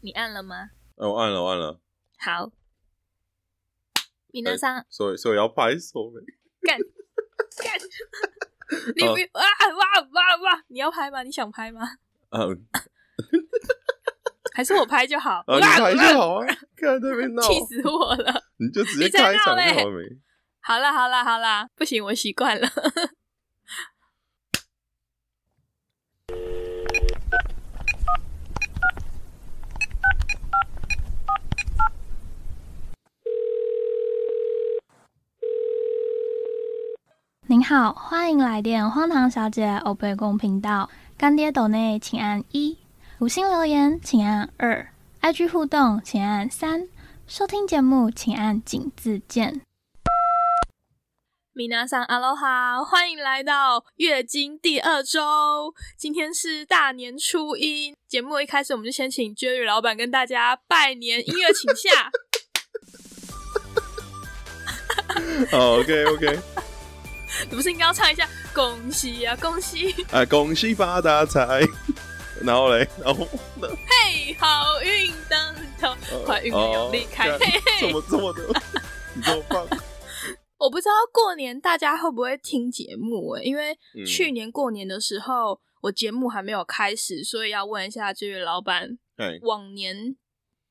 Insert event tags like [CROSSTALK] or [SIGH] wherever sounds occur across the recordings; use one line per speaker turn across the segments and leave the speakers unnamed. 你按了吗？
哎，我按了，我按了，
好，
呃
米娜
[LAUGHS]
桑
所以所以要拍手呗。
干干，你不
哦
啊哇哇哇！你要拍吗？你想拍吗？
啊
嗯还是我拍就好？
啊，
哇
你拍就
哇
好啊，看在那边闹，
气死我了！
你就直接
你在
开场
闹嘞
就好了没？
好啦好啦好啦，不行，我习惯了。 [LAUGHS]
您好，欢迎来电荒唐小姐欧贝公频道。干爹斗内请按一，五星留言请按二，IG 互动请按三，收听节目请按井字键。
米娜桑阿罗哈，欢迎来到月经第二周。今天是大年初一，节目一开始我们就先请 Jerry 老板跟大家拜年，音乐请下。 [LAUGHS]
好，OK [LAUGHS] OK，
你不是应该要唱一下恭喜啊恭喜，
哎，恭喜发大财。然后嘞，
[LAUGHS]
然后
嘿，好运当头，怀孕了有力开，
哦
嘿
干
嘿
怎。么这么的，你这么
[LAUGHS]
棒？
我不知道过年大家会不会听节目诶、因为
嗯
去年过年的时候、我节目还没有开始，所以要问一下这位老板，
哎，
往年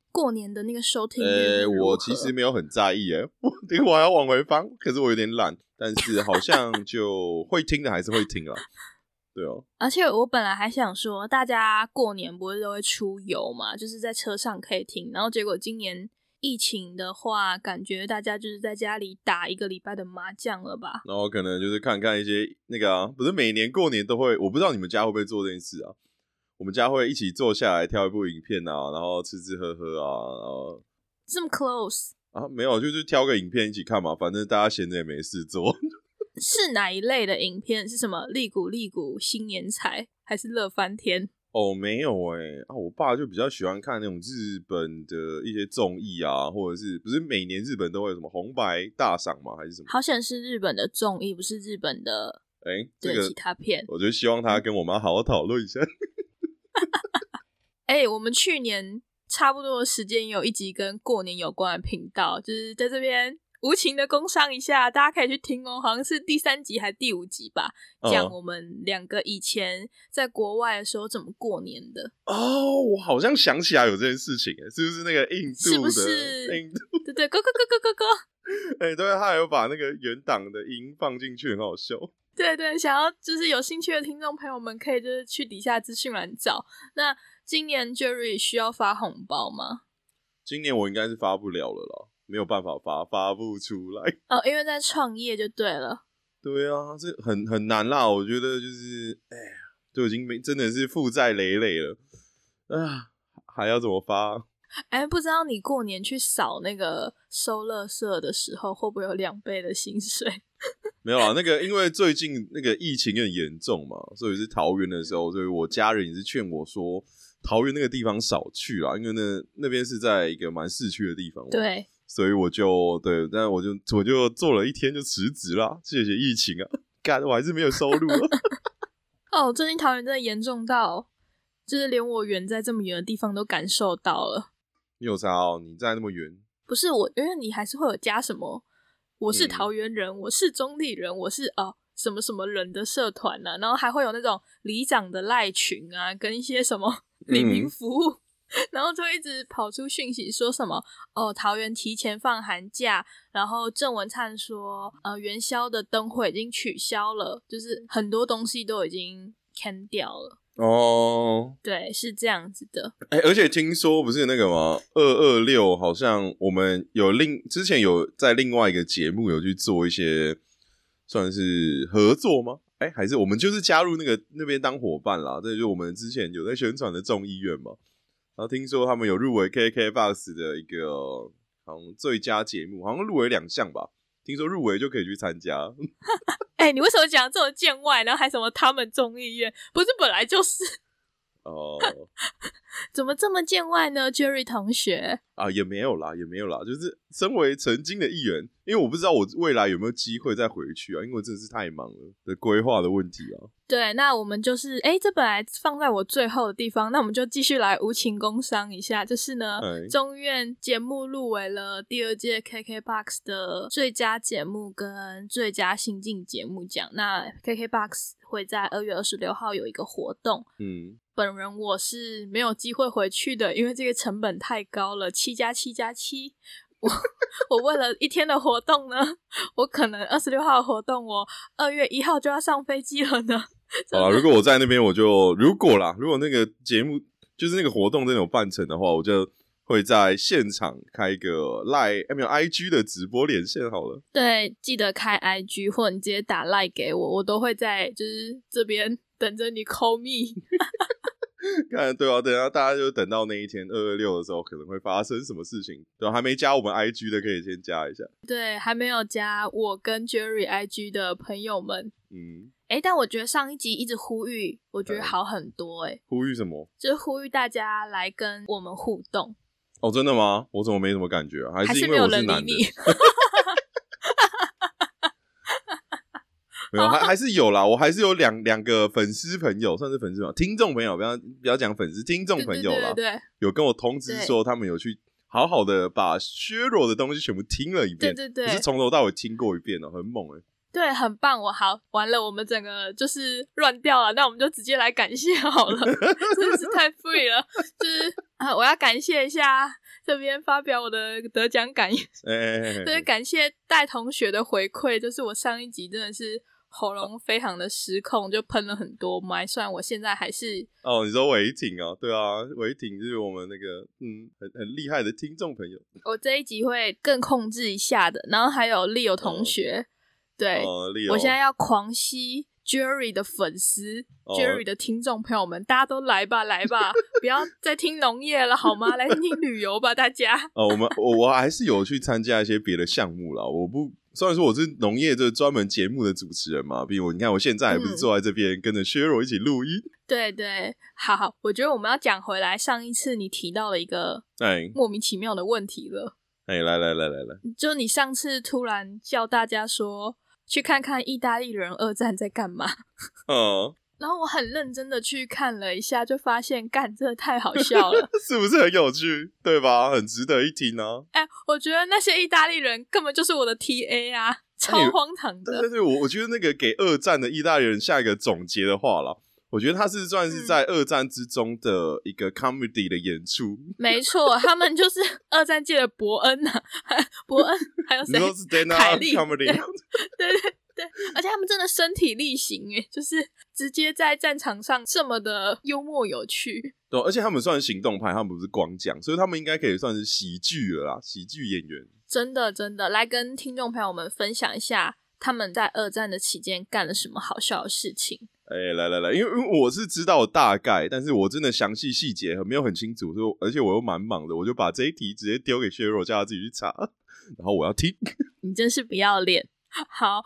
过年的那个收听率
呃，
如何
我其实没有很在意诶，我这个我还要往回翻，可是我有点懒，但是好像就会听的还是会听啦。对哦，
而且我本来还想说，大家过年不是都会出游嘛，就是在车上可以听。然后结果今年疫情的话，感觉大家就是在家里打一个礼拜的麻将了吧？
然后可能就是看看一些那个啊，不是每年过年都会，我不知道你们家会不会做这件事啊。我们家会一起坐下来挑一部影片啊，然后吃吃喝喝啊，然后
这么 close
啊没有，就是挑个影片一起看嘛，反正大家闲着也没事做。 [LAUGHS]
是哪一类的影片？是什么？利古利古新年财还是乐翻天？
哦，没有哎、啊，我爸就比较喜欢看那种日本的一些综艺啊，或者是不是每年日本都会有什么红白大赏吗？还是什么？
好险是日本的综艺，不是日本的
哎、这
对、
个
其他片。
我就希望他跟我妈好好讨论一下。
哎、我们去年差不多的时间也有一集跟过年有关的频道，就是在这边无情的工商一下，大家可以去听哦，好像是第三集还是第五集吧，讲
嗯
我们两个以前在国外的时候怎么过年的。
哦，我好像想起来有这件事情、欸，是不是那个印
是
度
不
的？
是
印度
对对，go go go go go go，
哎、对，他还有把那个原档的音放进去，很好笑。
对对，想要就是有兴趣的听众朋友们，可以就是去底下资讯栏找。那今年 Jerry 需要发红包吗？
今年我应该是发不了了啦，没有办法发，发不出来。
哦，因为在创业就对了。
对啊，这很很难啦，我觉得就是，哎呀，就已经没真的是负债累累了，啊，还要怎么发？
哎，不知道你过年去扫那个收垃圾的时候，会不会有两倍的薪水？
没有啊，那个因为最近那个疫情很严重嘛，所以是桃园的时候，所以我家人也是劝我说，桃园那个地方少去啦，因为那那边是在一个蛮市区的地方，，
对，
所以我就对，但我就我就做了一天就辞职啦，谢谢疫情啊，干我还是没有收入啊。 [LAUGHS]
哦，最近桃园真的严重到，就是连我远在这么远的地方都感受到了。
你有啥哦？你在那么远，
不是我，因为你还是会有加什么，我是
嗯
桃园人，我是中立人，我是哦什么什么人的社团呢、然后还会有那种里长的赖群啊，跟一些什么 [LAUGHS] 李明服务。然后就一直跑出讯息说什么哦，桃园提前放寒假，然后郑文灿说呃元宵的灯会已经取消了，就是很多东西都已经 can 掉了，
哦，
对，是这样子的。
哎、而且听说不是那个吗？二二六好像我们有另之前有在另外一个节目有去做一些算是合作吗？哎、还是我们就是加入那个那边当伙伴啦。这就是我们之前有在宣传的众议院嘛。然后听说他们有入围 KKBOX 的一个好像最佳节目，好像入围两项吧。听说入围就可以去参加，
哎、你为什么讲这么见外，然后还什么他们众议院，不是本来就是
哦、
怎么这么见外呢，Jerry 同学？
啊，也没有啦，也没有啦，就是身为曾经的一员，因为我不知道我未来有没有机会再回去啊，因为我真的是太忙了的规划的问题啊。
对，那我们就是，哎，这本来放在我最后的地方，那我们就继续来无情工商一下，就是呢，
哎
中院节目入围了第二届 KKBOX 的最佳节目跟最佳新晋节目奖。那 KKBOX 会在二月二十六号有一个活动，
嗯，
本人我是没有机会回去的，因为这个成本太高了，七加七加七。我我为了一天的活动呢，我可能二十六号的活动，我二月一号就要上飞机了呢。 [LAUGHS]
好啦，如果我在那边，我就如果啦，如果那个节目就是那个活动真的有办成的话，我就会在现场开一个赖哎没有 IG 的直播连线好了。 [LAUGHS]
对，记得开 IG 或你直接打赖、给我，我都会在就是这边等着你 call me。 [LAUGHS]
看，对啊，等下大家就等到那一天二二六的时候，可能会发生什么事情。对啊、还没加我们 IG 的可以先加一下。
对，还没有加我跟 Jerry IG 的朋友们，
嗯，
诶，但我觉得上一集一直呼吁，我觉得
对
好很多、诶，
呼吁什么？
就是呼吁大家来跟我们互动，
哦，真的吗？我怎么没什么感觉啊？还
还
是因
没
为
有
我
人理
男的
你？。 [LAUGHS] [LAUGHS]
没有，还还是有啦，我还是有两两个粉丝朋友，算是粉丝朋友，听众朋友，不要不要讲粉丝，听众
对
朋
对
友啦，
对对
有跟我通知
对
说他们有去好好的把削弱的东西全部听了一
对
遍，
对
我
对
是从头到尾听过一遍哦、很猛哎、
对，很棒！我好完了，我们整个就是乱掉了。那我们就直接来感谢好
[LAUGHS]
了，真的是太 free 了。就是啊，我要感谢一下这边发表我的得奖感言，
哎哎、哎哎
就是感谢戴同学的回馈。就是我上一集真的是喉咙非常的失控，就喷了很多麦，虽然我现在还是
哦，你说韦挺哦，对啊，韦挺就是我们那个嗯很很厉害的听众朋友，
我这一集会更控制一下的。然后还有利友同学，对、
哦，利友
我现在要狂吸 Jerry 的粉丝、
哦
Jerry 的听众朋友们，大家都来吧，来吧，不要再听农业了好吗？来听旅游吧，大家。 [LAUGHS]
哦，我们我我还是有去参加一些别的项目啦。我不虽然说我是农业这专门节目的主持人嘛，比如你看我现在还不是
嗯
坐在这边、跟着薛柔一起录音，
对对，好好，我觉得我们要讲回来，上一次你提到了一个
哎
莫名其妙的问题了，
哎，来来来来来，
就你上次突然叫大家说去看看意大利人二战在干嘛。
嗯，
然后我很认真的去看了一下，就发现，干，这太好笑了！
是不是很有趣？对吧？很值得一听啊。
哎、我觉得那些意大利人根本就是我的 TA 啊，超
哎
荒唐的
对。对对，我我觉得那个给二战的意大利人下一个总结的话啦，我觉得他是算是
嗯
在二战之中的一个 comedy 的演出。
没错，他们就是 [LAUGHS] 二战界的伯恩呐、啊，伯恩还有
你
谁？
说 stand
凯
up
利
comedy，
对啊对对，而且他们真的身体力行诶，就是直接在战场上这么的幽默有趣。
对，啊而且他们算是行动派，他们不是光讲，所以他们应该可以算是喜剧了啦，喜剧演员。
真的，真的，来跟听众朋友们分享一下他们在二战的期间干了什么好笑的事情。
哎、来来来，因为因为我是知道大概，但是我真的详细细节很没有很清楚，所以我而且我又蛮忙的，我就把这一题直接丢给薛若，叫他自己去查， [LAUGHS] 然后我要听。
你真是不要脸。 [LAUGHS] 好，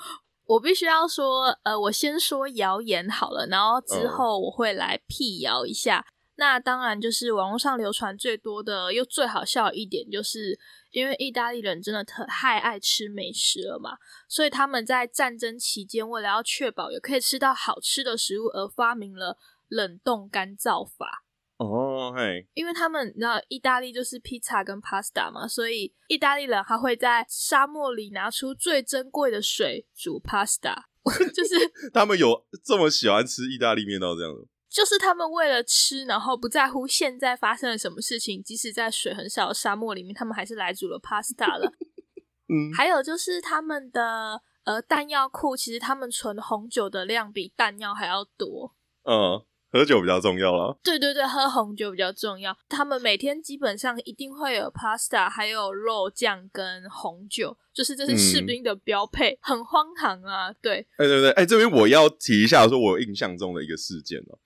我必须要说，呃，我先说谣言好了，然后之后我会来辟谣一下。那当然，就是网络上流传最多的又最好笑的一点，就是因为意大利人真的特太爱吃美食了嘛，所以他们在战争期间，为了要确保也可以吃到好吃的食物，而发明了冷冻干燥法。
哦，嘿，
因为他们你知道意大利就是披萨跟 pasta 嘛，所以意大利人他会在沙漠里拿出最珍贵的水煮 pasta，就是
他们有这么喜欢吃意大利面到这样的？
就是他们为了吃，然后不在乎现在发生了什么事情，即使在水很少的沙漠里面，他们还是来煮了 pasta 了。
嗯，
还有就是他们的呃弹药库，其实他们存红酒的量比弹药还要多。
嗯，喝酒比较重要啦。
对对对，喝红酒比较重要。他们每天基本上一定会有 pasta，还有肉酱跟红酒，就是这是士兵的标配，很荒唐啊！对，
哎、对对对，哎、这边我要提一下，说我印象中的一个事件哦、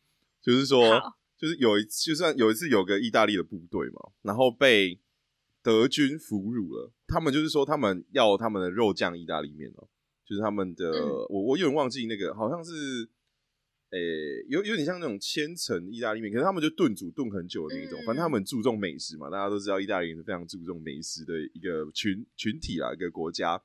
就是说，
好，
就是有一就算有一次有个意大利的部队嘛，然后被德军俘虏了，他们就是说他们要他们的肉酱意大利面哦、就是他们的、
嗯
我我有点忘记那个好像是诶、有有点像那种千层意大利面，可是他们就炖煮炖很久的那一种。
嗯
反正他们注重美食嘛，大家都知道意大利人是非常注重美食的一个群群体啦，一个国家。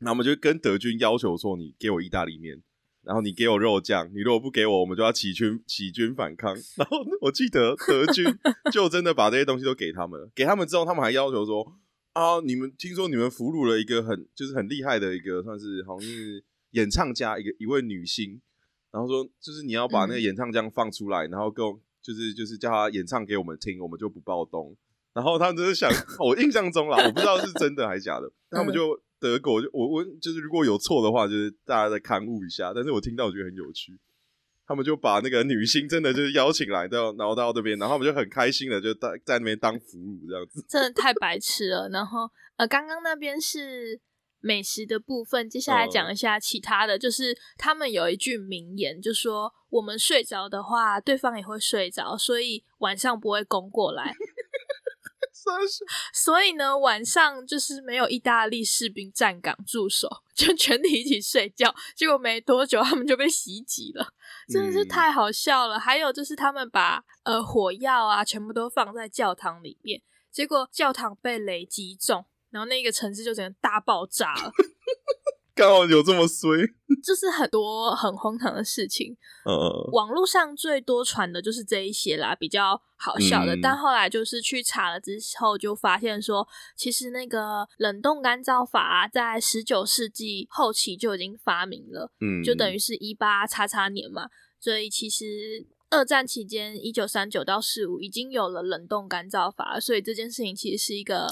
那我们就跟德军要求说，你给我意大利面，然后你给我肉酱，你如果不给我，我们就要起军起军反抗。 [LAUGHS] 然后我记得德军就真的把这些东西都给他们了，给他们之后，他们还要求说啊，你们听说你们俘虏了一个很就是很厉害的一个算是好像是演唱家一个一位女星，然后说就是你要把那个演唱家放出来，然后跟我就是就是叫他演唱给我们听，我们就不暴动。然后他们就是想，哦我印象中啦，我不知道是真的还是假的，他们就德国就我我就是如果有错的话，就是大家再勘误一下。但是我听到我觉得很有趣，他们就把那个女星真的就是邀请来到，然后到这边，然后他们就很开心的就在在那边当俘虏这样子。 [LAUGHS]
真的太白痴了。然后呃，刚刚那边是美食的部分，接下来讲一下其他的，就是他们有一句名言，就说我们睡着的话，对方也会睡着，所以晚上不会攻过来。
真是
所以呢，晚上就是没有意大利士兵站岗驻守，就全体一起睡觉。结果没多久，他们就被袭击了，真的是
嗯
太好笑了。还有就是他们把呃火药啊全部都放在教堂里面，结果教堂被雷击中，然后那个城市就整个大爆炸了，
刚好有这么衰，
就是很多很荒唐的事情。
呃，
网络上最多传的就是这一些啦，比较好笑的。
嗯
但后来就是去查了之后，就发现说，其实那个冷冻干燥法啊、在十九世纪后期就已经发明了，
嗯，
就等于是一八叉叉年嘛。所以其实二战期间，一九三九到四五已经有了冷冻干燥法，所以这件事情其实是一个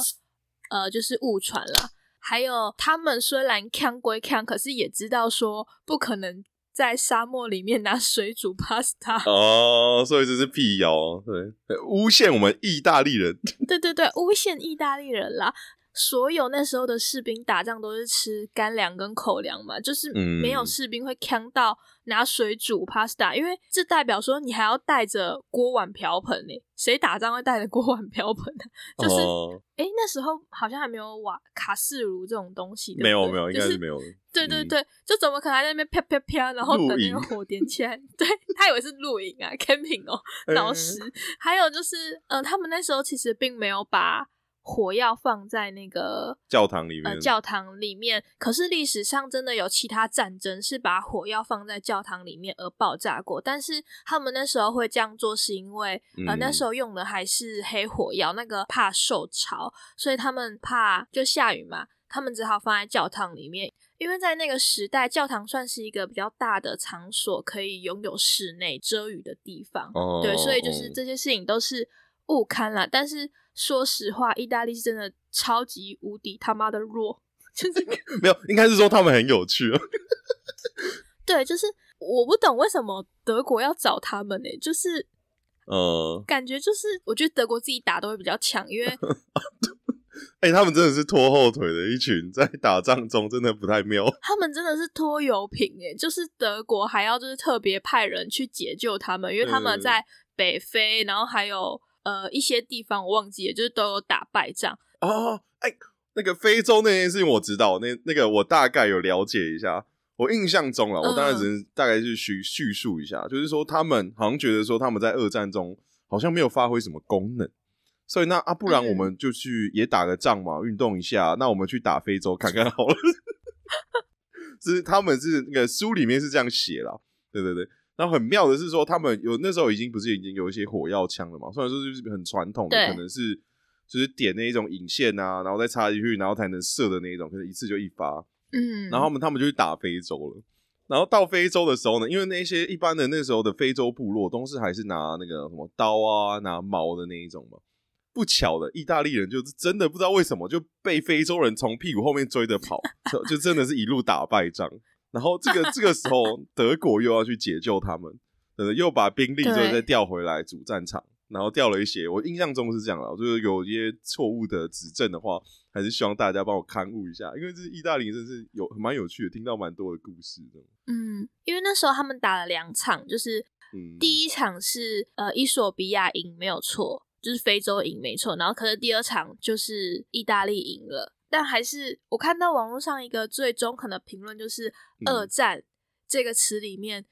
呃，就是误传啦。还有他们虽然看归看，可是也知道说不可能在沙漠里面拿水煮 pasta。
哦，所以这是辟谣，对，呃诬陷我们意大利人，
对对对，诬陷意大利人啦。所有那时候的士兵打仗都是吃干粮跟口粮嘛，就是
嗯
没有士兵会呛到拿水煮 pasta，因为这代表说你还要带着锅碗瓢盆呢、谁打仗会带着锅碗瓢盆呢、 [LAUGHS] 就是
哦、
诶、那时候好像还没有瓦卡式炉这种东西，对不对
没有没有，应
就
该
是
是没有的，
对对
嗯
对，就怎么可能还在那边啪啪啪，然后等那
露
个
营
火点起来？ [LAUGHS] 对他以为是露营啊，camping [LAUGHS] 哦，
嗯
老师。还有就是，呃，他们那时候其实并没有把火药放在那个
教堂里面
呃教堂里面，可是历史上真的有其他战争是把火药放在教堂里面而爆炸过，但是他们那时候会这样做是因为呃
嗯
那时候用的还是黑火药，那个怕受潮，所以他们怕就下雨嘛，他们只好放在教堂里面。因为在那个时代，教堂算是一个比较大的场所，可以拥有室内遮雨的地方。
哦，
对，所以就是
哦
这些事情都是误刊啦。但是说实话，意大利是真的超级无敌他妈的弱， [LAUGHS] 就是
哦没有，应该是说他们很有趣，啊
对，就是我不懂为什么德国要找他们呢、欸就是
嗯，
感觉就是我觉得德国自己打都会比较强，因
[LAUGHS]
为
哎、他们真的是拖后腿的一群，在打仗中真的不太妙，
他们真的是拖油瓶诶、就是德国还要就是特别派人去解救他们，因为他们
嗯
在北非，然后还有呃一些地方我忘记了，就是都有打败仗。
哦，哎、那个非洲那件事情我知道，那那个我大概有了解一下。我印象中了，我当然只能大概去叙叙述一下，就是说他们好像觉得说他们在二战中好像没有发挥什么功能，所以那啊，不然
嗯
我们就去也打个仗嘛，运动一下。那我们去打非洲看看好了。 [LAUGHS] 是他们是那个书里面是这样写啦，对对对。然后很妙的是说，他们有那时候已经不是已经有一些火药枪了嘛，虽然说就是很传统的，
对
可能是就是点那一种引线啊，然后再插进去，然后才能射的那一种，可能一次就一发。
嗯，
然后他们他们就去打非洲了。然后到非洲的时候呢，因为那些一般的那时候的非洲部落都是还是拿那个什么刀啊、拿矛的那一种嘛。不巧的，意大利人就是真的不知道为什么就被非洲人从屁股后面追着跑， [LAUGHS] 就就真的是一路打败仗。然后
[LAUGHS]
这个这个时候，德国又要去解救他们，呃，又把兵力就
对
再调回来主战场，然后调了一些。我印象中是这样啦，就是有一些错误的指正的话，还是希望大家帮我勘误一下，因为这意大利真是有蛮有趣的，听到蛮多的故事的。
嗯，因为那时候他们打了两场，就是
嗯，
第一场是呃伊索比亚赢没有错，就是非洲赢没错，然后可是第二场就是意大利赢了，但还是我看到网络上一个最中肯的评论就是“
嗯
二战”这个词里面。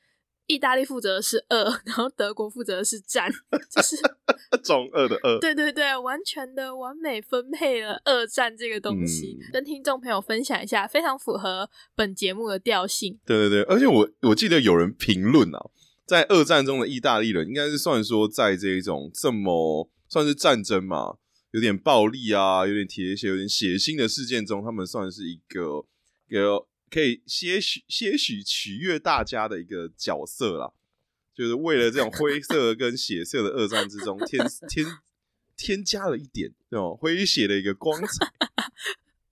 意大利负责的是二， [LAUGHS] 然后德国负责的是战，
[LAUGHS]
就是
啊中二的二，
对对对，完全的完美分配了二战这个东西，
嗯
跟听众朋友分享一下，非常符合本节目的调性。
对对对，而且我我记得有人评论啊，在二战中的意大利人应该是算说在这一种这么算是战争嘛，有点暴力啊，有点铁血、有点血腥的事件中，他们算是一个有可以些许些许取悦大家的一个角色啦，就是为了这种灰色跟血色的二战之中添 [LAUGHS] 添添加了一点这种诙谐的一个光彩。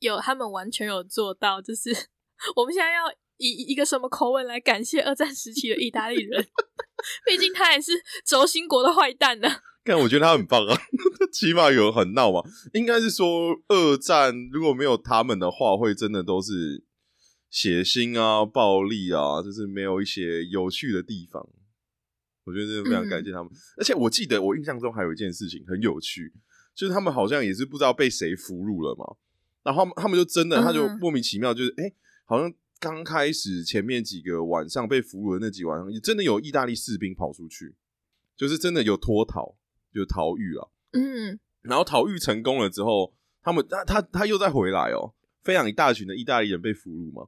有他们完全有做到，就是 [LAUGHS] 我们现在要以一个什么口吻来感谢二战时期的意大利人？ [LAUGHS] 毕竟他也是轴心国的坏蛋呢、
但我觉得他很棒啊， [LAUGHS] 起码有很闹嘛。应该是说，二战如果没有他们的话，会真的都是血腥啊、暴力啊，就是没有一些有趣的地方。我觉得真的非常感谢他们。而且我记得我印象中还有一件事情很有趣，就是他们好像也是不知道被谁俘虏了嘛，然后他们他们就真的
嗯
他就莫名其妙就是哎、诶好像刚开始前面几个晚上被俘虏的那几晚上，也真的有意大利士兵跑出去，就是真的有脱逃，就逃狱了。
嗯，
然后逃狱成功了之后，他们他他他又再回来哦，非常一大群的意大利人被俘虏嘛，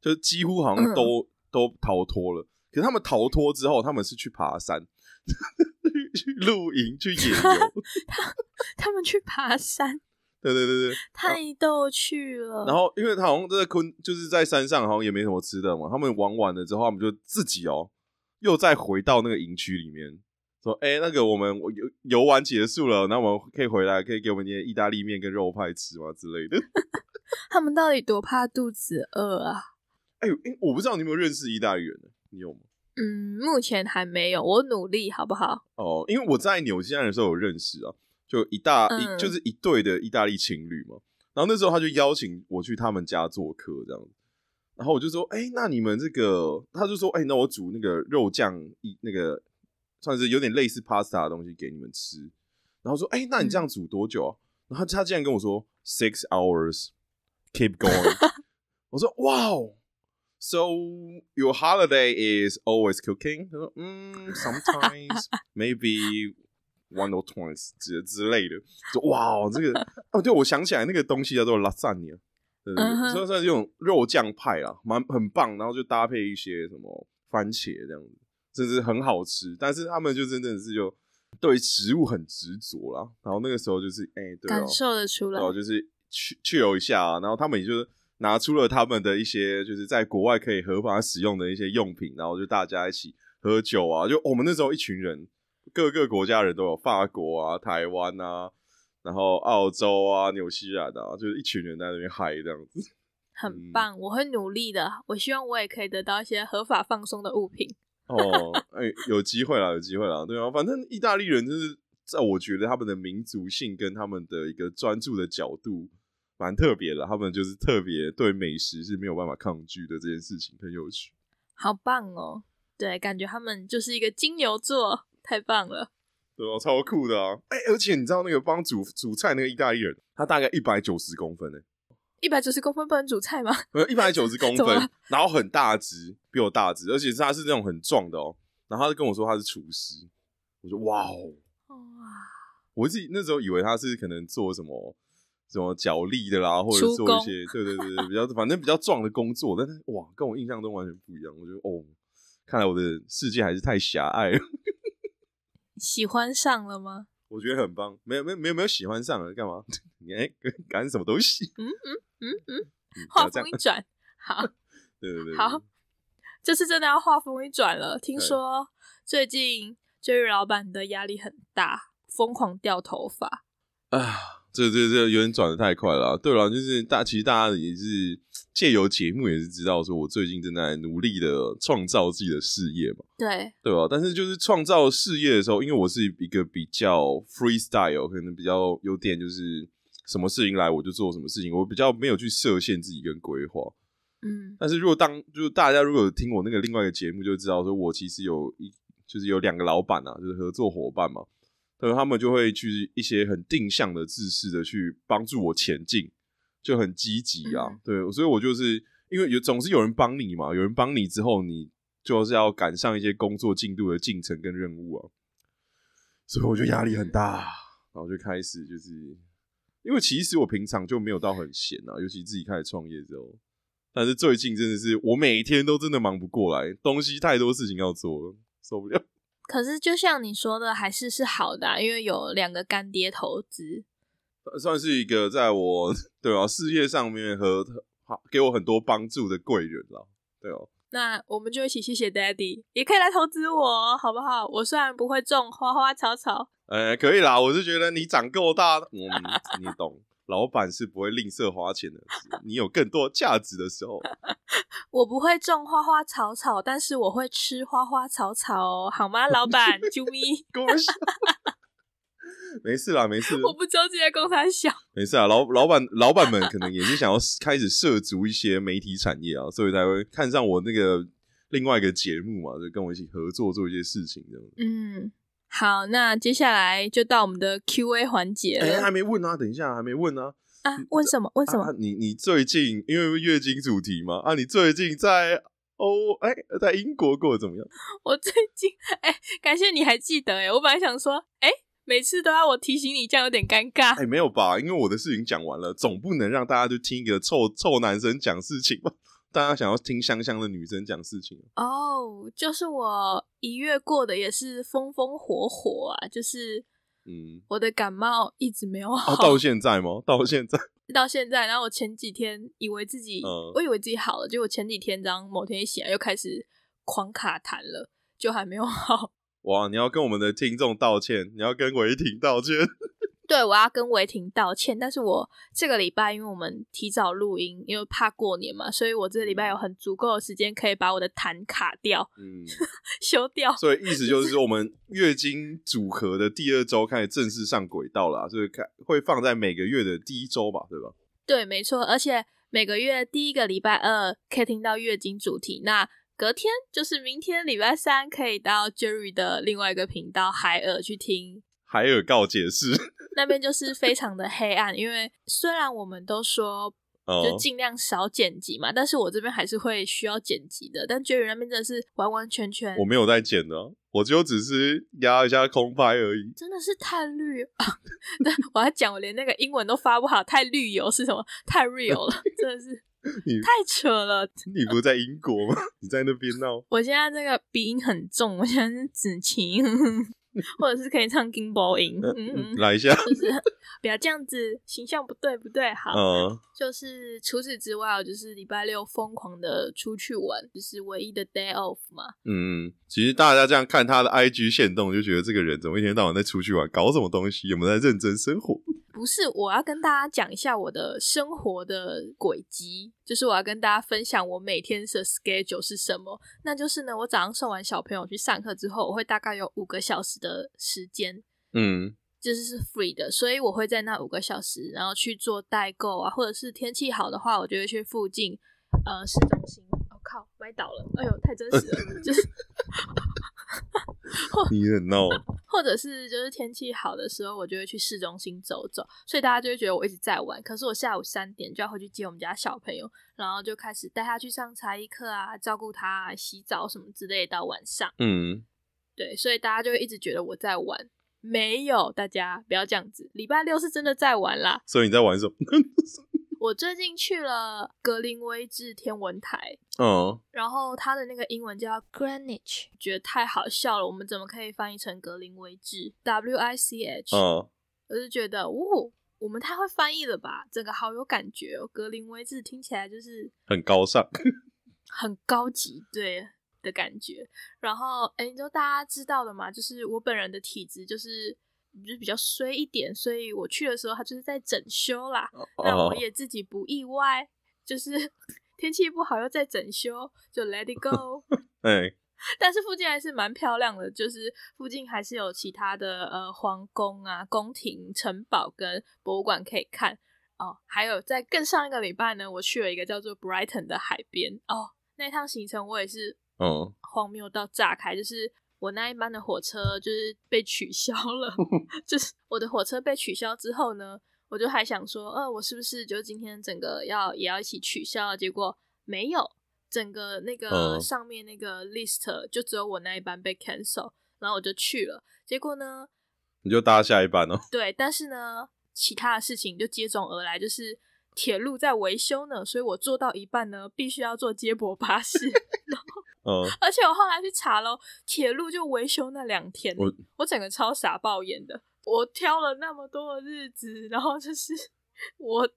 就几乎好像都、都逃脱了。可是他们逃脱之后，他们是去爬山、 [LAUGHS] 去去露营、去野游。 [LAUGHS]
他们去爬山，
对对对对。
太逗趣了。
嗯然后因为他好像在昆，就是在山上好像也没什么吃的嘛，他们玩完了之后，他们就自己哦又再回到那个营区里面。说，哎、那个我们我游游玩结束了，那我们可以回来，可以给我们一些意大利面跟肉派吃吗之类的？
他们到底多怕肚子饿啊？
哎、欸，我不知道你有没有认识意大利人呢、你有吗？
嗯，目前还没有，我努力好不好？
哦，因为我在纽西兰的时候有认识啊，就一大、
嗯
一就是一对的意大利情侣嘛。然后那时候他就邀请我去他们家做客这样子，然后我就说，哎、那你们这个，他就说，哎、那我煮那个肉酱一那个算是有点类似 pasta 的东西给你们吃。然后说，哎、那你这样煮多久啊？然后他他竟然跟我说 six hours，keep going。我说，哇哦。So your holiday is always cooking？他说，嗯，sometimes
[LAUGHS]
maybe one or twice 之之类的。说哇哦，这个哦，对，我想起来那个东西叫做 lasagna，对对
嗯
对，
哼
算算这种肉酱派啦，蛮很棒。然后就搭配一些什么番茄这样子，真是很好吃。但是他们就真的是就对食物很执着啦。然后那个时候就是哎、对哦
感，受得出来
然。后就是去去游一下、啊，然后他们也就是拿出了他们的一些就是在国外可以合法使用的一些用品，然后就大家一起喝酒啊，就我们那时候一群人，各个国家人都有，法国啊、台湾啊，然后澳洲啊、纽西兰啊，就是一群人在那边嗨这样子。嗯
很棒，我会努力的。我希望我也可以得到一些合法放松的物品。
哦，哎、有机会啦，有机会啦，对啊，反正意大利人就是在我觉得他们的民族性跟他们的一个专注的角度蛮特别的，他们就是特别对美食是没有办法抗拒的这件事情，很有趣。
好棒哦！对，感觉他们就是一个金牛座，太棒了。
对啊，超酷的啊！哎、而且你知道那个帮煮煮菜那个意大利人，他大概一百九十公分呢、
一百九十公分不能煮菜吗？
呃，一百九十
[LAUGHS]
公
怎么
分
了，
然后很大只，比我大只，而且是他是那种很壮的哦。然后他就跟我说他是厨师，我说 [LAUGHS] 哇哦，
哇，
我自己那时候以为他是可能做什么什么脚力的啦，或者
出
做一
工
些对对对对比较反正比较壮的工作，但是哇，跟我印象中完全不一样。我觉得哦，看来我的世界还是太狭隘了。 [LAUGHS]
喜欢上了吗？
我觉得很棒，没有没有没有没有喜欢上了干嘛？ [LAUGHS] 你哎赶什么东西？ [LAUGHS]
嗯嗯嗯嗯，
嗯不
话
要这
锋
样
一，转，好，
对对对，
好，这次真的要话锋一转了。听
对
说最近追日老板的压力很大，疯狂掉头发。
啊，这这这有点转的太快了啊、对了，就是大，其实大家也是借由节目也是知道，说我最近正在努力的创造自己的事业嘛，
对，
对吧？但是就是创造事业的时候，因为我是一个比较 freestyle，可能比较有点就是什么事情来我就做什么事情，我比较没有去设限自己跟规划。
嗯
但是如果当就是大家如果有听我那个另外一个节目，就知道说我其实有一就是有两个老板啊，就是合作伙伴嘛，对，他们就会去一些很定向的、自式的去帮助我前进，就很积极啊，
嗯
对，所以我就是因为有总是有人帮你嘛，有人帮你之后，你就是要赶上一些工作进度的进程跟任务啊，所以我就压力很大，啊然后就开始就是，因为其实我平常就没有到很闲啊，尤其自己开始创业之后，但是最近真的是我每天都真的忙不过来，东西太多事情要做了，受不了。
可是就像你说的，还是是好的啊、因为有两个干爹投资，
[LAUGHS] 算是一个在我对吧、事业上面和好给我很多帮助的贵人啦，对哦、
那我们就一起谢谢 Daddy，也可以来投资我，哦好不好？我虽然不会种花花草草，
呃，可以啦，我是觉得你长够大，嗯，你懂，老板是不会吝啬花钱的，你有更多价值的时候，
我不会种花花草草，但是我会吃花花草草哦，好吗，老板？啾 [LAUGHS] 咪，
跟我笑。 [LAUGHS] 没事啦，没事，
我不纠结公司小，
没事啊。老老板老板们可能也是想要开始涉足一些媒体产业啊，所以才会看上我那个另外一个节目嘛，就跟我一起合作做一些事情这样子。
嗯，好，那接下来就到我们的 Q&A 环节
哎、还
了
没问啊，等一下还没问啊。
啊？问什么？问什么
啊？你你最近因为月经主题嘛，啊，你最近在欧哎、在英国过得怎么样？
[LAUGHS] 我最近哎、感谢你还记得哎、我本来想说哎、每次都要我提醒你，这样有点尴尬
哎、。没有吧？因为我的事情讲完了，总不能让大家就听一个臭臭男生讲事情吧？大家想要听香香的女生讲事情，啊
哦就是我一月过得也是风风火火啊，就是
嗯，
我的感冒一直没有
[LAUGHS]
好、
啊，到现在吗？到现在，
到现在，然后我前几天以为自己，
嗯
我以为自己好了，结果前几天然后某天一醒来又开始狂卡痰了，就还没有 [LAUGHS] 好。
哇！你要跟我们的听众道歉，你要跟维婷道歉。
对，我要跟维婷道歉，但是我这个礼拜因为我们提早录音，因为怕过年嘛，所以我这个礼拜有很足够的时间可以把我的痰卡掉、 [LAUGHS]
嗯，
修掉。
[LAUGHS] 所以意思就是说，我们月经组合的第二周开始正式上轨道啦，所以开会放在每个月的第一周吧，对吧？
对，没错，而且每个月第一个礼拜二可以听到月经主题，那隔天就是明天礼拜三可以到 Jerry 的另外一个频道海尔去听，
海尔告解释，
那边就是非常的黑暗，因为虽然我们都说
哦
就尽量少剪辑嘛，但是我这边还是会需要剪辑的，但 Jerry 那边真的是完完全全
我。没有在剪的啊，我就只是压一下空拍而已。
真的是太绿， [LAUGHS] 对，我还讲我连那个英文都发不好，太绿油是什么？太 real 了，真的是
[LAUGHS] 你
太扯了，
你不是在英国吗？ [LAUGHS] 你在那边闹？
我现在这个鼻音很重，我现在是子晴，或者是可以唱金箔音，
呃
嗯，嗯
来一下，
就是不要这样子，形象不对不对。好，
嗯，
就是除此之外，我就是礼拜六疯狂的出去玩，就是唯一的 day off 嘛。
嗯，其实大家这样看他的 IG 线动，就觉得这个人怎么一天到晚在出去玩，搞什么东西？有没有在认真生活？
不是，我要跟大家讲一下我的生活的轨迹，就是我要跟大家分享我每天的 schedule 是什么。那就是呢，我早上送完小朋友去上课之后，我会大概有五个小时的时间
嗯
就是是 free 的，所以我会在那五个小时，然后去做代购啊，或者是天气好的话，我就会去附近呃市中心。我、靠，歪倒了！哎呦，太真实了， [LAUGHS] 就是
你很
[LAUGHS]
闹，
或者是就是天气好的时候，我就会去市中心走走，所以大家就会觉得我一直在玩。可是我下午三点就要回去接我们家小朋友，然后就开始带他去上才艺课啊，照顾他、啊、洗澡什么之类的，到晚上。
嗯，
对，所以大家就会一直觉得我在玩。没有，大家不要这样子。礼拜六是真的在玩啦，
所以你在玩什么？ [LAUGHS]
我最近去了格林威治天文台，
嗯，
然后它的那个英文叫，
Greenwich
觉得太好笑了，我们怎么可以翻译成格林威治 （W I C H）？、
嗯，
我就觉得，哦，我们太会翻译了吧，整个好有感觉哦。格林威治听起来就是
很高尚。
很高级，对的感觉。然后，哎，你知道大家知道的嘛，就是我本人的体质就是。就是比较衰一点，所以我去的时候，他就是在整修啦。那
哦
我也自己不意外，就是 [LAUGHS] 天气不好又在整修，就 let it go。
哎，
但是附近还是蛮漂亮的，就是附近还是有其他的呃皇宫啊、宫廷、城堡跟博物馆可以看哦。还有在更上一个礼拜呢，我去了一个叫做 Brighton 的海边哦，那趟行程我也是
嗯，
荒谬到炸开，就是我那一班的火车就是被取消了，就是我的火车被取消之后呢，我就还想说，呃，我是不是就今天整个要也要一起取消？结果没有，整个那个
嗯
上面那个 list 就只有我那一班被 cancel，然后我就去了。结果呢，
你就搭下一班哦。
对，但是呢，其他的事情就接踵而来，就是铁路在维修呢，所以我坐到一半呢，必须要坐接驳巴士。
嗯，
而且我后来去查喽，铁路就维修那两天，我
我
整个超傻爆眼的。我挑了那么多的日子，然后就是 [LAUGHS] 我，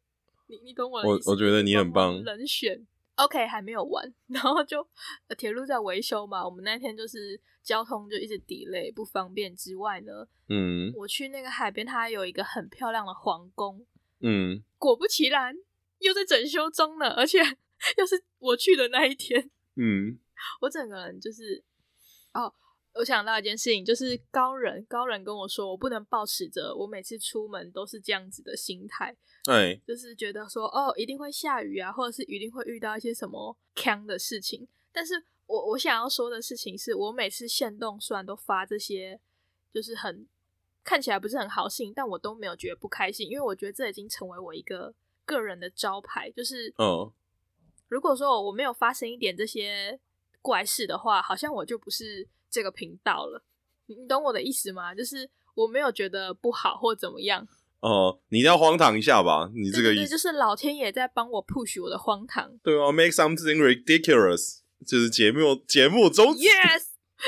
你你懂我的
我
意思
我觉得你很棒
我人选。OK，还没有完，然后就呃铁、路在维修嘛，我们那天就是交通就一直 delay 不方便之外呢，
嗯
我去那个海边，它有一个很漂亮的皇宫，
嗯，
果不其然又在整修中呢，而且 [LAUGHS] 又是我去的那一天，
嗯，
我整个人就是，哦，我想到一件事情，就是高人高人跟我说，我不能保持着我每次出门都是这样子的心态，
哎，
就是觉得说哦一定会下雨啊，或者是一定会遇到一些什么坑的事情。但是我我想要说的事情是，我每次限动虽然都发这些，就是很看起来不是很好信，但我都没有觉得不开心，因为我觉得这已经成为我一个个人的招牌，就是
哦，
如果说我没有发生一点这些怪事的话，好像我就不是这个频道了。你你懂我的意思吗？就是我没有觉得不好或怎么样，
哦，你一定要荒唐一下吧？你这个
对对
意
对，
思
就是老天爷在帮我 push 我的荒唐。
对啊？Make something ridiculous，就是节目节目中
Yes，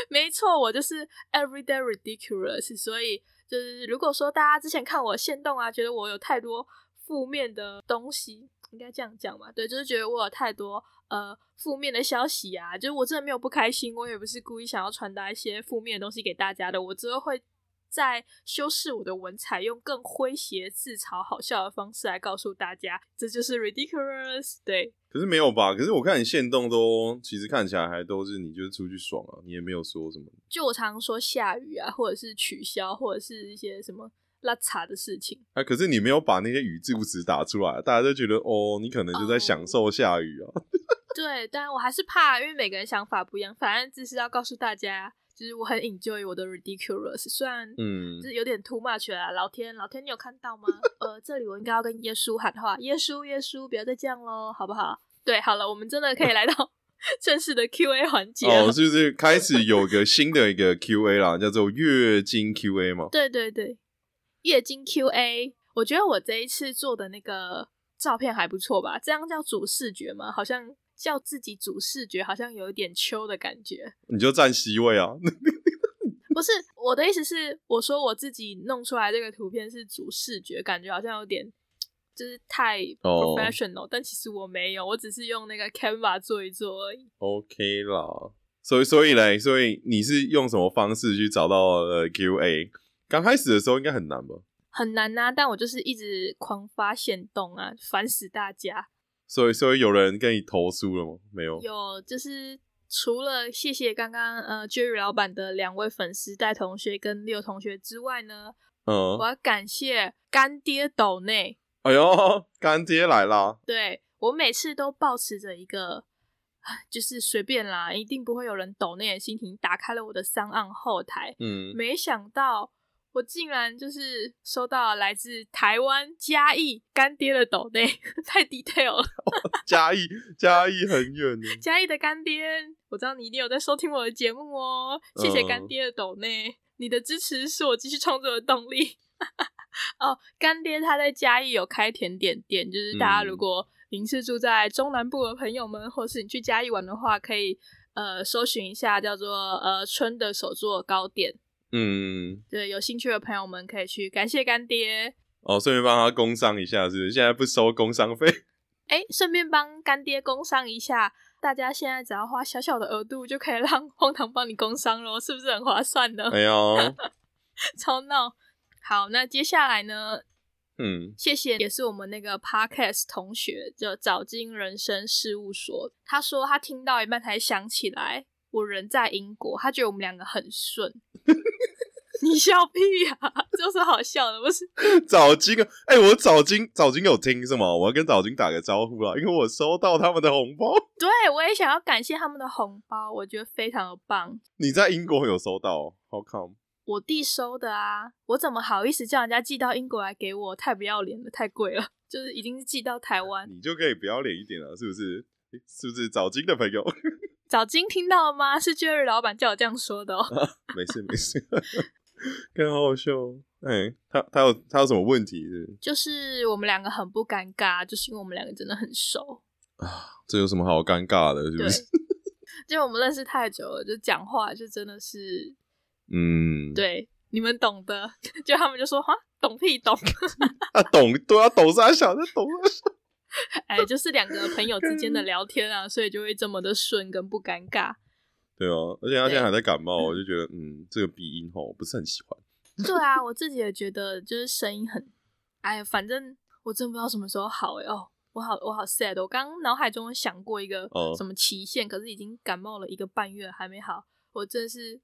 没 [LAUGHS] 错，我就是 everyday ridiculous。所以就是如果说大家之前看我现动啊，觉得我有太多负面的东西，应该这样讲嘛？对，就是觉得我有太多呃负面的消息啊，就是我真的没有不开心，我也不是故意想要传达一些负面的东西给大家的，我只会。在修饰我的文采，用更诙谐、自嘲、好笑的方式来告诉大家，这就是 ridiculous。对，
可是没有吧？可是我看你现动都，其实看起来还都是你就是出去爽啊，你也没有说什么。
就我常说下雨啊，或者是取消，或者是一些什么拉碴的事情。 [LAUGHS]
啊，可是你没有把那些语助词打出来，大家都觉得哦，你可能就在享受下雨啊。
对，但我还是怕，因为每个人想法不一样。反正只是要告诉大家，就是我很 enjoy 我的 ridiculous，虽然
嗯 [LAUGHS]
就，是有点 too much 啦。老天，老天，你有看到吗？呃，这里我应该要跟耶稣喊话，耶稣，耶稣，不要再这样喽，好不好？对，好了，我们真的可以来到 [LAUGHS] 正式的 Q&A 环节了。 [LAUGHS]
哦，是不是开始有个新的一个 Q&A 啦，叫做月经 Q&A 嘛？
对对对，月经 Q&A，我觉得我这一次做的那个照片还不错吧？这样叫主视觉吗？好像叫自己主视觉，好像有一点秋的感觉。
你就占 C 位啊？
不是我的意思是，我说我自己弄出来这个图片是主视觉，感觉好像有点。就是太
哦
professional，、但其实我没有，我只是用那个 Canva 做一做而已。
OK 啦，所以所以嘞，所以你是用什么方式去找到呃 QA？刚开始的时候应该很难吧？
很难呐、但我就是一直狂发现动啊，烦死大家。
所以所以有人跟你投诉了吗？没有。
有，就是除了谢谢刚刚呃 Jerry 老板的两位粉丝戴同学跟六同学之外呢，
嗯
我，要感谢干爹斗内，
哎呦，干爹来啦！
对我每次都保持着一个。唉就是随便啦，一定不会有人抖内的心情，打开了我的商岸后台，
嗯，
没想到我竟然就是收到来自台湾嘉义干爹的抖内， [LAUGHS] 太 detail 了。
嘉义嘉义很远呢。
嘉义的干爹，我知道你一定有在收听我的节目哦，谢谢干爹的抖内，你的支持是我继续创作的动力。 [LAUGHS] 哦，干爹他在嘉义有开甜点店，就是大家
嗯
如果您是住在中南部的朋友们，或是你去嘉义玩的话，可以呃搜寻一下叫做呃春的手作糕点，
嗯，
对，有兴趣的朋友们可以去，感谢干爹。
哦，顺便帮他工商一下，是不是？现在不收工商费。
哎，顺便帮干爹工商一下，大家现在只要花小小的额度就可以让荒唐帮你工商咯，是不是很划算呢？
哎呦，
[LAUGHS] 超闹。好，那接下来呢？
嗯，
谢谢，也是我们那个 podcast 同学，就早金人生事务所，他说他听到一半才想起来，我人在英国，他觉得我们两个很顺。 [LAUGHS] 你笑屁呀、啊！这有什么好笑的？不是
早金啊，哎、我早金早金有听是吗？我要跟早金打个招呼啦，因为我收到他们的红包。 [LAUGHS]
对，我也想要感谢他们的红包，我觉得非常的棒。
你在英国有收到哦？How come？
我弟收的啊，我怎么好意思叫人家寄到英国来 [LAUGHS] 给我？太不要脸了，太贵了，就是已经寄到台湾。
你就可以不要脸一点了，是不是？诶是不是早金的朋友？ [LAUGHS]
早金听到了吗？是 Jerry 老板叫我这样说的哦。 [LAUGHS]
没事没事， [LAUGHS] 看好好笑哦。哎，他他有他有什么问题是不是
就是我们两个很不尴尬，就是因为我们两个真的很熟，
这有什么好尴尬的？是
对 [LAUGHS]
不是？，
就我们认识太久了，就讲话就真的是
嗯，
对你们懂的， [LAUGHS] 就他们就说哈懂屁懂， [LAUGHS]
啊，懂对啊，懂啥小，他懂啥小
哎，就是两个朋友之间的聊天啊，所以就会这么的顺跟不尴尬。
对啊，而且他现在还在感冒，
对
我就觉得嗯，这个鼻音吼不是很喜欢。
对啊，我自己也觉得就是声音很，哎呀，反正我真不知道什么时候好哎、哦，我好我好 sad，哦我刚脑海中有想过一个
哦
什么期限，可是已经感冒了一个半月还没好，我真是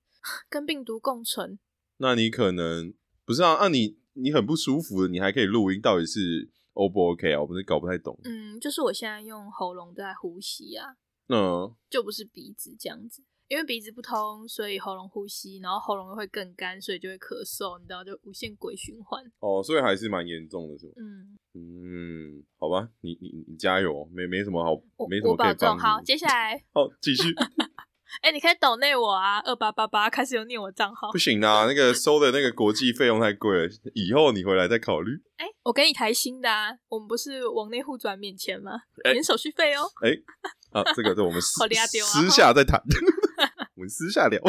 跟病毒共存。
那你可能不是啊，那、你你很不舒服的，你还可以录音，到底是 O 不 OK 啊？我们是搞不太懂。
嗯，就是我现在用喉咙在呼吸啊，
那哦
就不是鼻子这样子。因为鼻子不通，所以喉咙呼吸，然后喉咙又会更干，所以就会咳嗽，你知道，就无限鬼循环。
哦，所以还是蛮严重的，是吗？
嗯，
嗯，好吧，你你你加油，哦没没什么好
我，
没什
我
么可
保
以帮
重。
你。
好，接下来
好，
[LAUGHS]
继续。
哎、你可以抖内我啊，二八八八开始有念我账号
不。行啦，那个收的那个国际费用太贵了，以后你回来再考虑。
哎、我给你台新的啊，我们不是往内互转免钱吗？
哎
免手续费哦。
哎、啊，这个对我们
[LAUGHS]
私
好嗲丢啊
私下再谈， [LAUGHS] 我们私下聊。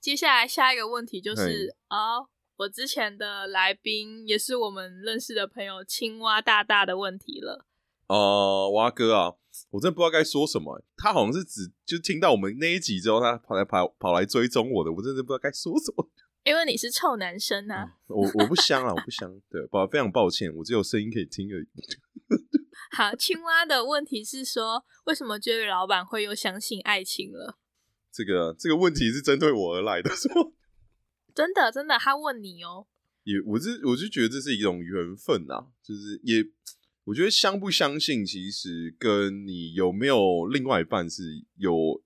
接下来下一个问题就是啊、我之前的来宾也是我们认识的朋友青蛙大大的问题了。
呃，蛙哥啊，我真的不知道该说什么欸、他好像是只就听到我们那一集之后，他跑来跑跑来追踪我的，我真的不知道该说什么。
因为你是臭男生啊，
我我不香啊，我不香。对，不，非常抱歉，我只有声音可以听而已。
好，青蛙的问题是说，为什么 Jerry 老板会又相信爱情了？
这个这个问题是针对我而来的，是吗？
真的，真的，他问你哦。
也，我是我就觉得这是一种缘分啊，就是也，我觉得相不相信，其实跟你有没有另外一半是有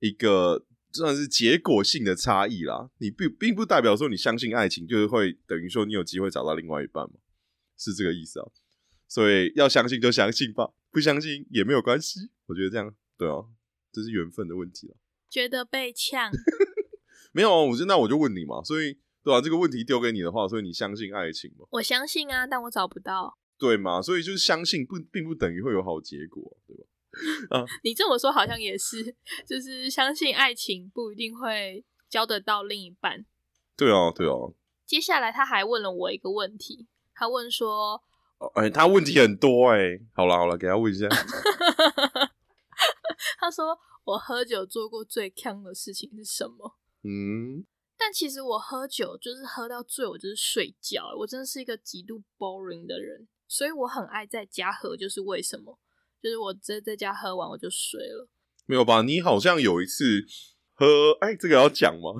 一个算是结果性的差异啦。你并并不代表说你相信爱情，就是会等于说你有机会找到另外一半嘛，是这个意思啊。所以要相信就相信吧，不相信也没有关系。我觉得这样对啊，这是缘分的问题啦。
觉得被呛，
没有啊，我就那我就问你嘛，所以对吧、啊这个问题丢给你的话，所以你相信爱情吗？
我相信啊，但我找不到。
对嘛？所以就是相信不，并不等于会有好结果，对吧？
你这么说好像也是，就是相信爱情不一定会交得到另一半。
对啊，对啊。
接下来他还问了我一个问题，他问说，
哦哎、他问题很多哎、好了好了，给他问一下。 [LAUGHS]
他说我喝酒做过最坑的事情是什么？
嗯，
但其实我喝酒就是喝到醉，我就是睡觉、欸我真的是一个极度 boring 的人，所以我很爱在家喝，就是为什么？就是我直接在家喝完我就睡了。
没有吧？你好像有一次喝，哎、这个要讲吗？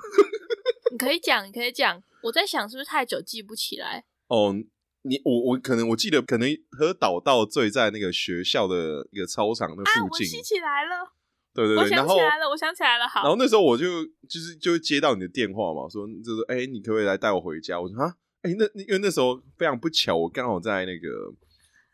你可以讲，你可以讲。我在想是不是太久记不起来？
哦，你我我可能我记得，可能喝倒到醉在那个学校的一个操场那
啊，
附
我
近。
记起来了，
对对
我
对，然
想
后
起来了，我想起来了。好
然，后那时候我就就是就会接到你的电话嘛，说就是哎、你可不可以来带我回家？我说啊，哎、那因为那时候非常不巧，我刚好在那个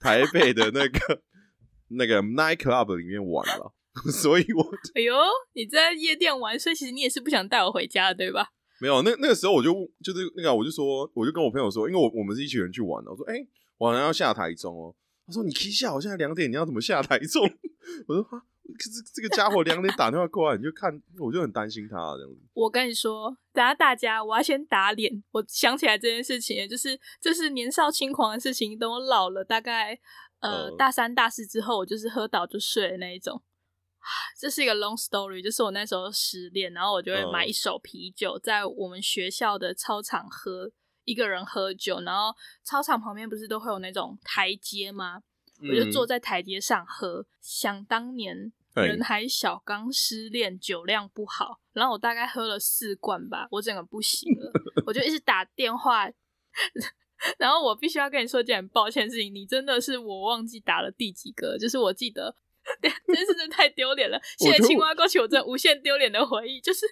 台北的那个 [LAUGHS] 那个 night club 里面玩了， [LAUGHS] 所以我
哎呦，你在夜店玩，所以其实你也是不想带我回家的，对吧？
没有那那个时候我就就是那个我就说我就跟我朋友说，因为我我们是一群人去玩的，我说哎、我好像要下台中哦，他说你可以下，我现在两点，你要怎么下台中？ [LAUGHS] 我说啊，这这个家伙两点打电话过来，你就看， [LAUGHS] 我就很担心他这样子。
我跟你说，等下大家，我要先打脸。我想起来这件事情，就是这是年少轻狂的事情。等我老了，大概呃、
嗯
大三、大四之后，我就是喝倒就睡的那一种。 [SIGHS] 啊这是一个 long story，就是我那时候失恋，然后我就会
嗯
买一手啤酒，在我们学校的操场喝，一个人喝酒，然后操场旁边不是都会有那种台阶吗？我就
嗯
坐在台阶上喝。想当年
嘿
人 [LAUGHS] 还小，刚失恋，酒量不好，然后我大概喝了四罐吧，我整个不行了，我就一直打电话。 [LAUGHS] 然后我必须要跟你说件很抱歉的事情，你真的是我忘记打了第几个，就是我记得，对，真是真的太丢脸了。
我
谢
觉
谢
得
青
我
蛙勾起我这无限丢脸的回忆，就是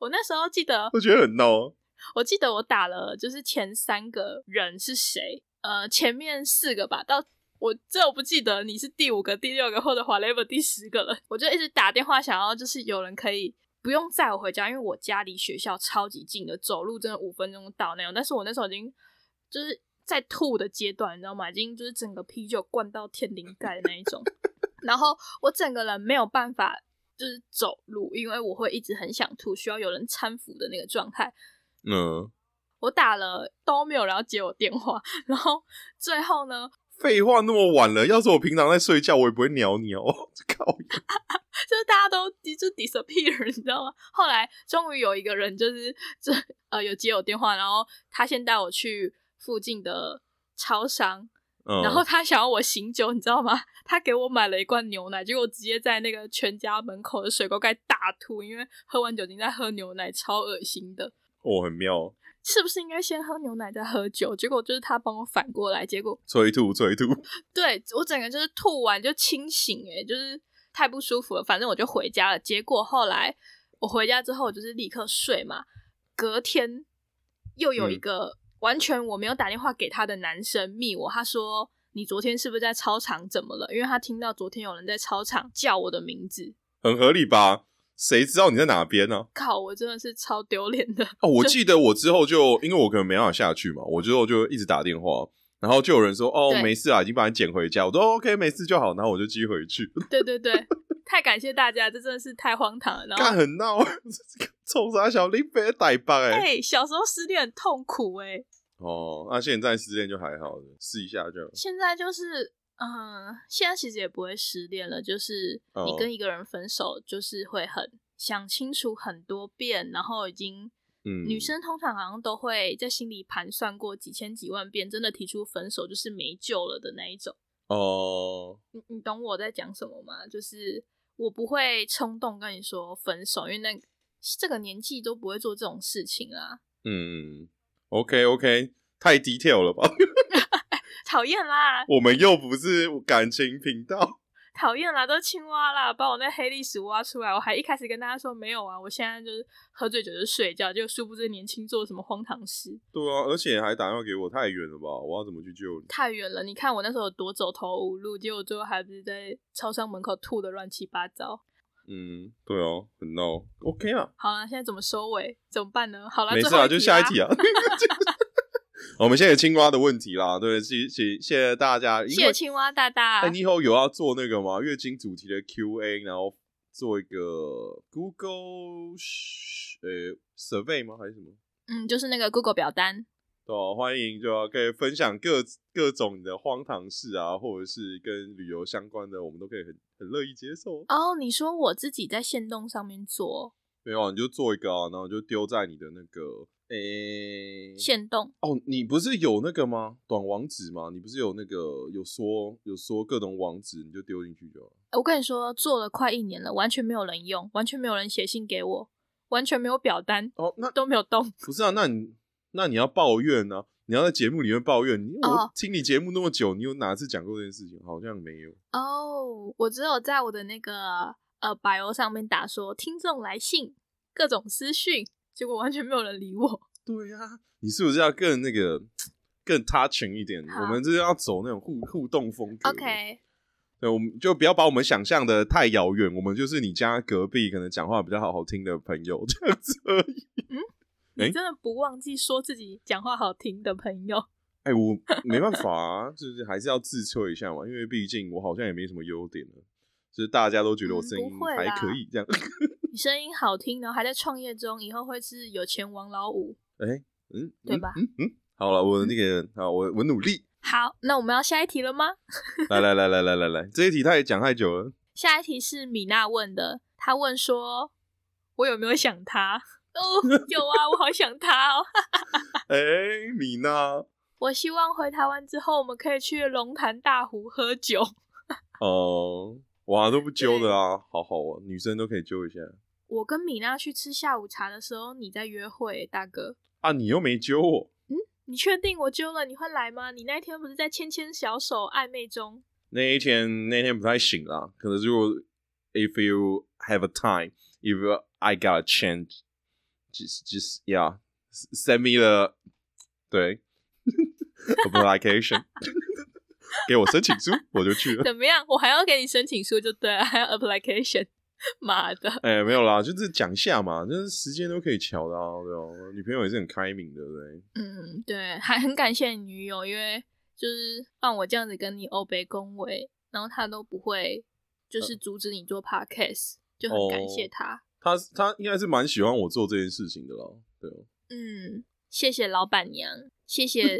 我那时候记得，
我觉得很闹、啊。
我记得我打了，就是前三个人是谁？呃，前面四个吧，到我这我不记得你是第五个、第六个或者 whatever 第十个了，我就一直打电话想要就是有人可以不用载我回家，因为我家离学校超级近的，走路真的五分钟到那种。但是我那时候已经就是在吐的阶段，你知道吗？已经就是整个啤酒灌到天灵盖的那一种，然后我整个人没有办法就是走路，因为我会一直很想吐，需要有人搀扶的那个状态。
嗯，
我打了都没有人要接我电话，然后最后呢，
废话那么晚了，要是我平常在睡觉，我也不会鸟你哦。 [LAUGHS] 靠，
就是大家都就 disappear，你知道吗？后来终于有一个人就是这呃有接我电话，然后他先带我去附近的超商，
嗯，
然后他想要我醒酒，你知道吗？他给我买了一罐牛奶，结果我直接在那个全家门口的水沟盖大吐，因为喝完酒精再喝牛奶超恶心的。
哦，很妙，
是不是应该先喝牛奶再喝酒？结果就是他帮我反过来，结果
催吐催吐， [LAUGHS]
对我整个就是吐完就清醒、欸，诶，就是太不舒服了。反正我就回家了。结果后来我回家之后，我就是立刻睡嘛。隔天又有一个完全我没有打电话给他的男生密我，他说：“你昨天是不是在操场怎么了？”因为他听到昨天有人在操场叫我的名字。
很合理吧？谁知道你在哪边呢、
靠！我真的是超丢脸的。
哦，我记得我之后就因为我可能没办法下去嘛，我之后就一直打电话，然后就有人说哦
对
没事啊，已经把你捡回家。我说哦 OK 没事就好，然后我就寄回去。
对对对，太感谢大家，这真的是太荒唐了。然后
干很闹， [LAUGHS] 臭傻小林被逮吧哎。
哎、小时候失恋很痛苦哎、
哦，那现在失恋就还好了，试一下就。
现在就是，嗯、现在其实也不会失恋了，就是
哦
你跟一个人分手，就是会很想清楚很多遍，然后已经。
嗯
女生通常好像都会在心里盘算过几千几万遍，真的提出分手就是没救了的那一种。
哦，
你你懂我在讲什么吗？就是我不会冲动跟你说分手，因为那这个年纪都不会做这种事情啊，
嗯，OK OK，太 detail 了吧？
[LAUGHS]
[LAUGHS]
讨厌啦，
我们又不是感情频道。 [LAUGHS]
讨厌啦，都青蛙啦，把我那黑历史挖出来。我还一开始跟大家说没有啊，我现在就是喝醉酒就睡觉，就殊不知年轻做什么荒唐事，
对啊，而且还打电话给我，太远了吧？我要怎么去救你？
太远了。你看我那时候有多走投无路，结果最后还不是在超商门口吐的乱七八糟。
嗯，对哦，很闹。OK 啊，
好啦，现在怎么收尾？怎么办呢？好啦，
没事
最后
啊，
一
就下一
啦
题。啊。 [LAUGHS] 我们现在有青蛙的问题啦，对，谢谢谢谢大家，因为
谢谢青蛙大大。
哎、你以后有要做那个吗？月经主题的 Q&A，然后做一个 Google 呃、survey 吗？还是什么？
嗯，就是那个 Google 表单。
对、啊，欢迎就要可以分享各各种你的荒唐事啊，或者是跟旅游相关的，我们都可以很很乐意接受。
哦，你说我自己在线动上面做
没有啊，你就做一个啊，然后就丢在你的那个诶、
线动，
哦，你不是有那个吗？短网址吗？你不是有那个有说有说各种网址，你就丢进去就好了。
我跟你说，做了快一年了，完全没有人用，完全没有人写信给我，完全没有表单，
哦，那
都没有动。
不是啊，那你那你要抱怨呢、啊？你要在节目里面抱怨，你
哦
我听你节目那么久，你有哪次讲过这件事情？好像没有。
哦，我只有在我的那个呃 bio 上面打说听众来信，各种私讯，结果完全没有人理我。
对呀、你是不是要更那个更 touching 一点？
好
我们就是要走那种互互动风
[LAUGHS]
格。
OK，
对，我们就不要把我们想象的太遥远，我们就是你家隔壁可能讲话比较好好听的朋友这样子而已。哎
你真的不忘记说自己讲话好听的朋友。 [LAUGHS]
哎、我没办法啊，就是还是要自测一下嘛，因为毕竟我好像也没什么优点了，就是大家都觉得我
嗯
声
不
音
会
还
啦
可以这样。 [LAUGHS]
你声音好听，然后还在创业中，以后会是有钱王老五。
哎、嗯，
[LAUGHS] 对
嗯
吧
嗯嗯，好了，我那个，好，我我努力。 [LAUGHS]
好，那我们要下一题了吗？
来来来来来来来，这一题他也讲太
[LAUGHS]
久了。
下一题是米娜问的，她问说：“我有没有想他？” [LAUGHS] 哦，有啊，我好想他哦。
哎、米娜，
我希望回台湾之后，我们可以去龙潭大湖喝酒。
哦、哇，都不揪的啊，好好哦，女生都可以揪一下
我跟米娜去吃下午茶的时候，你在约会，欸大哥。
啊。你又没揪我，
你确定我揪了你会来吗？你那天不是在牵牵小手暧昧中？
那一天那天不太行啦，可能如果 if you have a time, if you- I got a chance, just just yeah, send me the 对 application [LAUGHS] 给我申请书，我就去了。
怎么样？我还要给你申请书就对了，还要 application，妈 [LAUGHS] 的！
哎、没有啦，就是讲一下嘛，就是时间都可以瞧的啊，对哦、女朋友也是很开明的，对不对？
嗯，对，还很感谢女友，因为就是让我这样子跟你欧北恭维，然后她都不会就是阻止你做 podcast，、就很感谢她。
她她应该是蛮喜欢我做这件事情的啦，对哦、
嗯，谢谢老板娘，谢谢，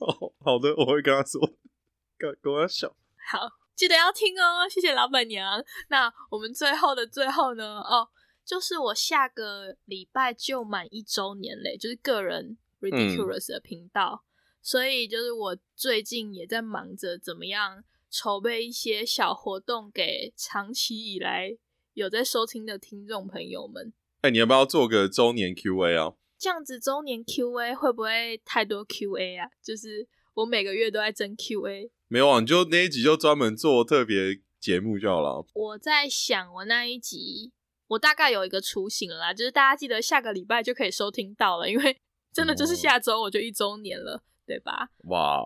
哦， [LAUGHS] 好的，我会跟她说， [LAUGHS] 跟跟她笑。
好，记得要听哦，谢谢老板娘。那我们最后的最后呢，哦，就是我下个礼拜就满一周年嘞，就是个人 ridiculous 的频道，所以就是我最近也在忙着怎么样筹备一些小活动给长期以来有在收听的听众朋友们。
哎、你要不要做个周年 Q&A 啊？
这样子周年 Q&A 会不会太多 Q&A 啊？就是我每个月都在征 Q&A，
没有啊，你就那一集就专门做特别节目就好了。
我在想，我那一集我大概有一个雏形了啦，就是大家记得下个礼拜就可以收听到了，因为 [LAUGHS] 真的就是下周我就一周年了，对吧？
哇，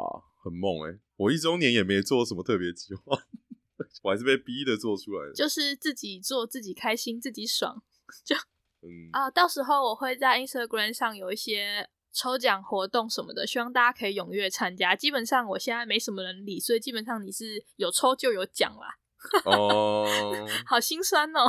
很猛哎、我一周年也没做什么特别计划， [LAUGHS] 我还是被逼的做出来的。
就是自己做自己开心自己爽
嗯，
啊！到时候我会在 Instagram 上有一些抽奖活动什么的，希望大家可以踊跃参加。基本上我现在没什么人理，所以基本上你是有抽就有奖啦，
哦，
好心酸哦。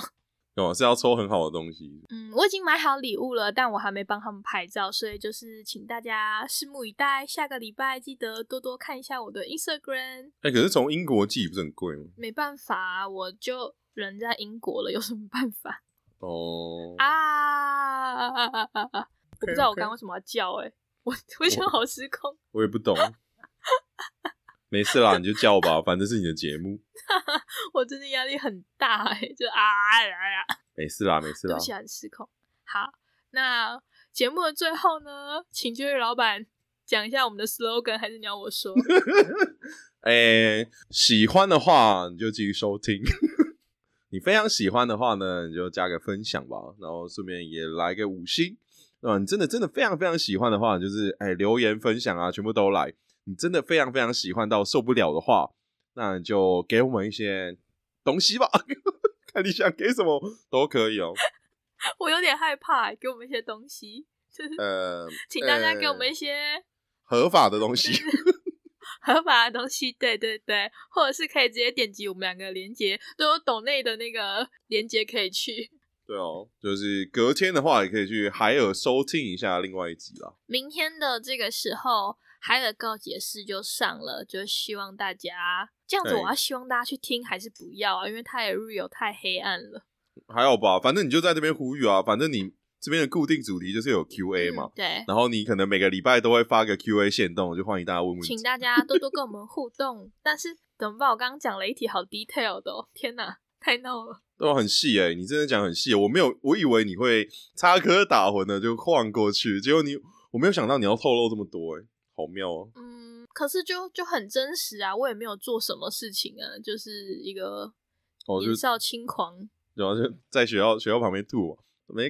哦，是要抽很好的东西。
嗯，我已经买好礼物了，但我还没帮他们拍照，所以就是请大家拭目以待。下个礼拜记得多多看一下我的 Instagram。
哎、可是从英国寄不是很贵吗？
没办法啊、我就人在英国了，有什么办法
哦，
啊？我不知道我刚刚为什么要叫哎、我我想好失控。
我也不懂。没事啦，你就叫吧，反正是你的节目。
我最近压力很大哎、就啊哎呀呀，
没事啦，没事
对啊
啦
不。起，很失控。好，那节目的最后呢，请就是老板讲一下我们的 slogan，还是你要我说？
哎、喜欢的话你就继续收听。 [LAUGHS] 你非常喜欢的话呢，你就加个分享吧，然后顺便也来个五星。啊，你真的真的非常非常喜欢的话，你就是哎、留言分享啊，全部都来。你真的非常非常喜欢到受不了的话，那你就给我们一些东西吧，看你想给什么都可以哦。
我有点害怕，给我们一些东西，就是
呃，
请大家给我们
呃
一些
合法的东西。
合法的东西，对对对，或者是可以直接点击我们两个连接，都有抖内的那个连接可以去。
[LAUGHS]
[LAUGHS]
对哦，就是隔天的话，也可以去海尔收听一下另外一集啦。
明天的这个时候，海尔告解室就上了，就希望大家这样子，
对
我要希望大家去听还是不要啊？因为太 real 太黑暗了。
还好吧，反正你就在这边呼吁啊，反正你这边的固定主题就是有 Q&A 嘛，
嗯、对，
然后你可能每个礼拜都会发个 Q&A 线动，就欢迎大家问问题
请。大家多多跟我们互动。 [LAUGHS] 但是怎么办？我刚刚讲了一题好 detail 的哦，天哪，太闹了。
都很细哎、你真的讲很细、我没有，我以为你会插科打诨的就晃过去，结果你我没有想到你要透露这么多哎、好妙哦、
嗯，可是就就很真实啊，我也没有做什么事情啊，就是一个
哦就
年少轻狂。
然后就在学校学校旁边吐嘛，没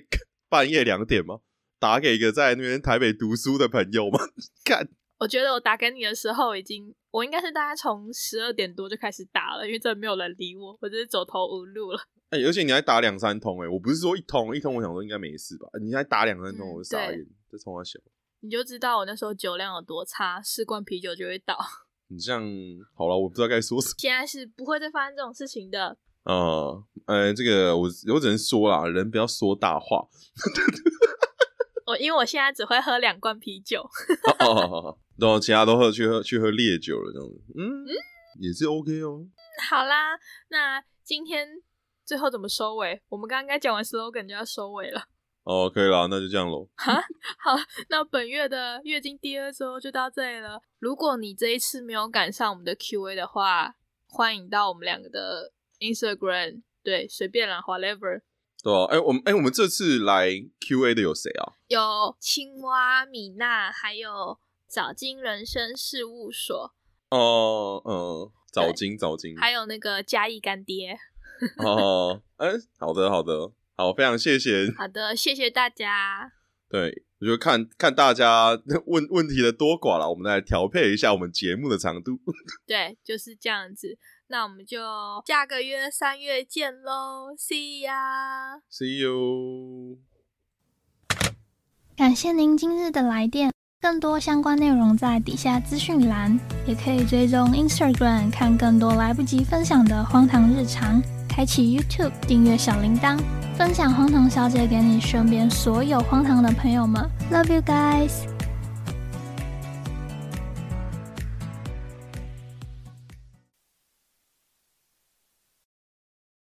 半夜两点嘛，打给一个在那边台北读书的朋友嘛， [LAUGHS] 看
我觉得我打给你的时候，已经我应该是大概从十二点多就开始打了，因为真的没有人理我，我真是走投无路了。
哎、而且你还打两三通哎、我不是说一通一通，我想说应该没事吧，你还打两三通，
嗯
我就傻
对
眼，这冲他小。
你就知道我那时候酒量有多差，四罐啤酒就会倒。 [LAUGHS]
你像好了，我不知道该说什
现在是不会再发生这种事情的。
么啊、呃，这个我我只能说啦，人不要说大话。 [LAUGHS]
我因为我现在只会喝两罐啤酒， [LAUGHS]
哦哦哦哦，然后其他都喝去喝去喝烈酒了，这样子，嗯，也是 OK 哦。
好啦，那今天最后怎么收尾？我们刚刚讲完 slogan 就要收尾了。
哦，可以啦，那就这样喽。
好，那本月的月经第二周就到这里了。如果你这一次没有赶上我们的 Q&A 的话，欢迎到我们两个的 Instagram，对，随便啦，whatever。
对啊，哎、我们哎、我们这次来 Q&A 的有谁啊？
有青蛙米娜，还有早金人生事务所，
哦，嗯，早
对
金早金，
还有那个嘉义干爹。
哦，哎、好的好的，好，非常谢谢。
好的，谢谢大家。
对，我觉得看看大家问问题的多寡啦，我们来调配一下我们节目的长度。 [LAUGHS]
对，就是这样子。那我们就下个月三月见喽，See ya。
See you。
感谢您今日的来电，更多相关内容在底下资讯栏，也可以追踪 Instagram 看更多来不及分享的荒唐日常，开启 YouTube 订阅小铃铛，分享荒唐小姐给你身边所有荒唐的朋友们，Love you guys。